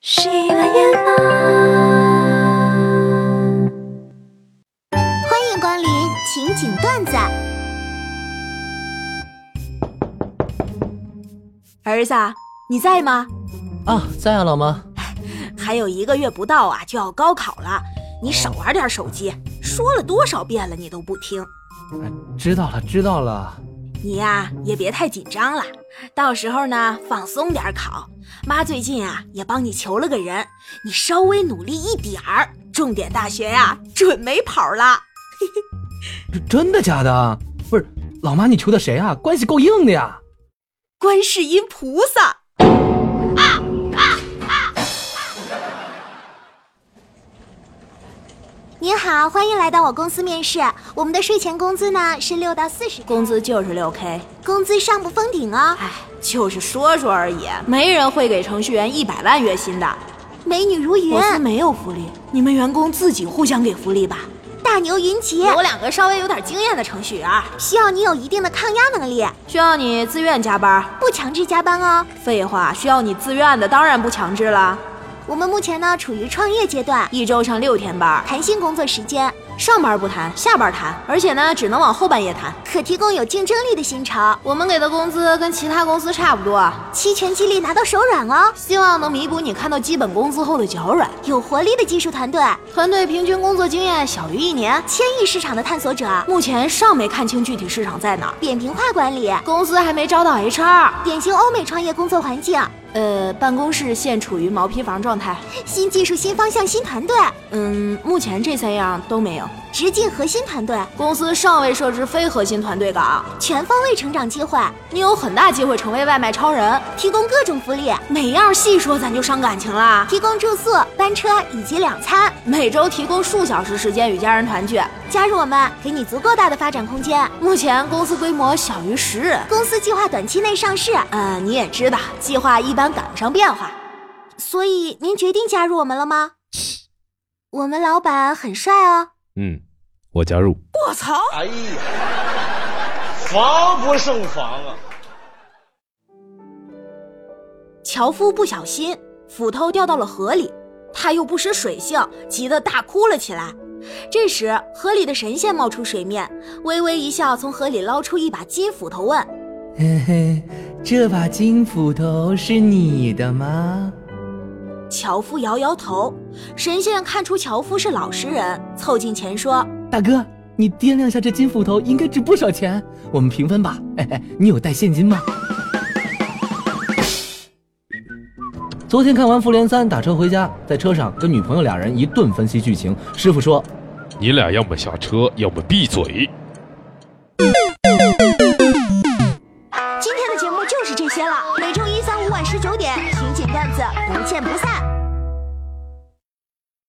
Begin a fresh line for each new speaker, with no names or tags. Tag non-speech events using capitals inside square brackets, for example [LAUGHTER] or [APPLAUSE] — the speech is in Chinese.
喜马拉雅，
欢迎光临情景段子。
儿子，你在吗？
啊，在啊，老妈。
还有一个月不到啊，就要高考了，你少玩点手机。说了多少遍了，你都不听。
哎知道了，知道了。
你呀、也别太紧张了，到时候呢放松点考。妈最近啊也帮你求了个人，你稍微努力一点儿，重点大学呀、准没跑了。
真真的假的？不是，老妈，你求的谁啊？关系够硬的呀。
观世音菩萨。
您好，欢迎来到我公司面试。我们的税前工资呢是六到四十，
工资就是六 K，
工资上不封顶哦。
哎，就是说说而已，没人会给程序员一百万月薪的。
美女如云
公，司没有福利，你们员工自己互相给福利吧。
大牛云集，
两个稍微有点经验的程序员，
需要你有一定的抗压能力，
需要你自愿加班。
不强制加班哦。
废话，需要你自愿的当然不强制了，
我们目前呢处于创业阶段，
一周上六天班，
弹性工作时间，
上班不谈，下班谈，而且呢，只能往后半夜谈。啊
可提供有竞争力的薪酬，
我们给的工资跟其他公司差不多，
期权激励拿到手软哦。
希望能弥补你看到基本工资后的脚软。
有活力的技术团队，
团队平均工作经验小于一年，
千亿市场的探索者，
目前尚没看清具体市场在哪儿，
扁平化管理，
公司还没招到 HR。
典型欧美创业工作环境，
呃，办公室现处于毛坯房状态。
新技术、新方向、新团队，
嗯，目前这三样都没有。
直进核心团队，
公司尚未设置非核心团队岗，
全方位成长机会，
你有很大机会成为外卖超人。
提供各种福利，
每样细说，咱就伤感情啦。
提供住宿、班车以及两餐。
每周提供数小时时间与家人团聚。
加入我们，给你足够大的发展空间。
目前公司规模小于十人。
公司计划短期内上市，
呃，你也知道，计划一般赶不上变化。
所以您决定加入我们了吗？我们老板很帅哦。
嗯，我加入。
我操！
哎呀，防不胜防啊！
樵夫不小心斧头掉到了河里，他又不识水性，急得大哭了起来。这时，河里的神仙冒出水面，微微一笑，从河里捞出一把金斧头，问
嘿嘿，这把金斧头是你的吗？
樵夫摇摇头。神仙看出樵夫是老实人，凑近前说
大哥，你掂量一下这金斧头应该值不少钱，我们平分吧。 [LAUGHS] 嘿嘿，你有带现金吗？昨天看完《复联三》，打车回家，在车上跟女朋友俩人一顿分析剧情。师傅说，
你俩要么下车，要么闭嘴。
今天的节目就是这些了，每周一、三、五晚十九点，情景段子不见不散。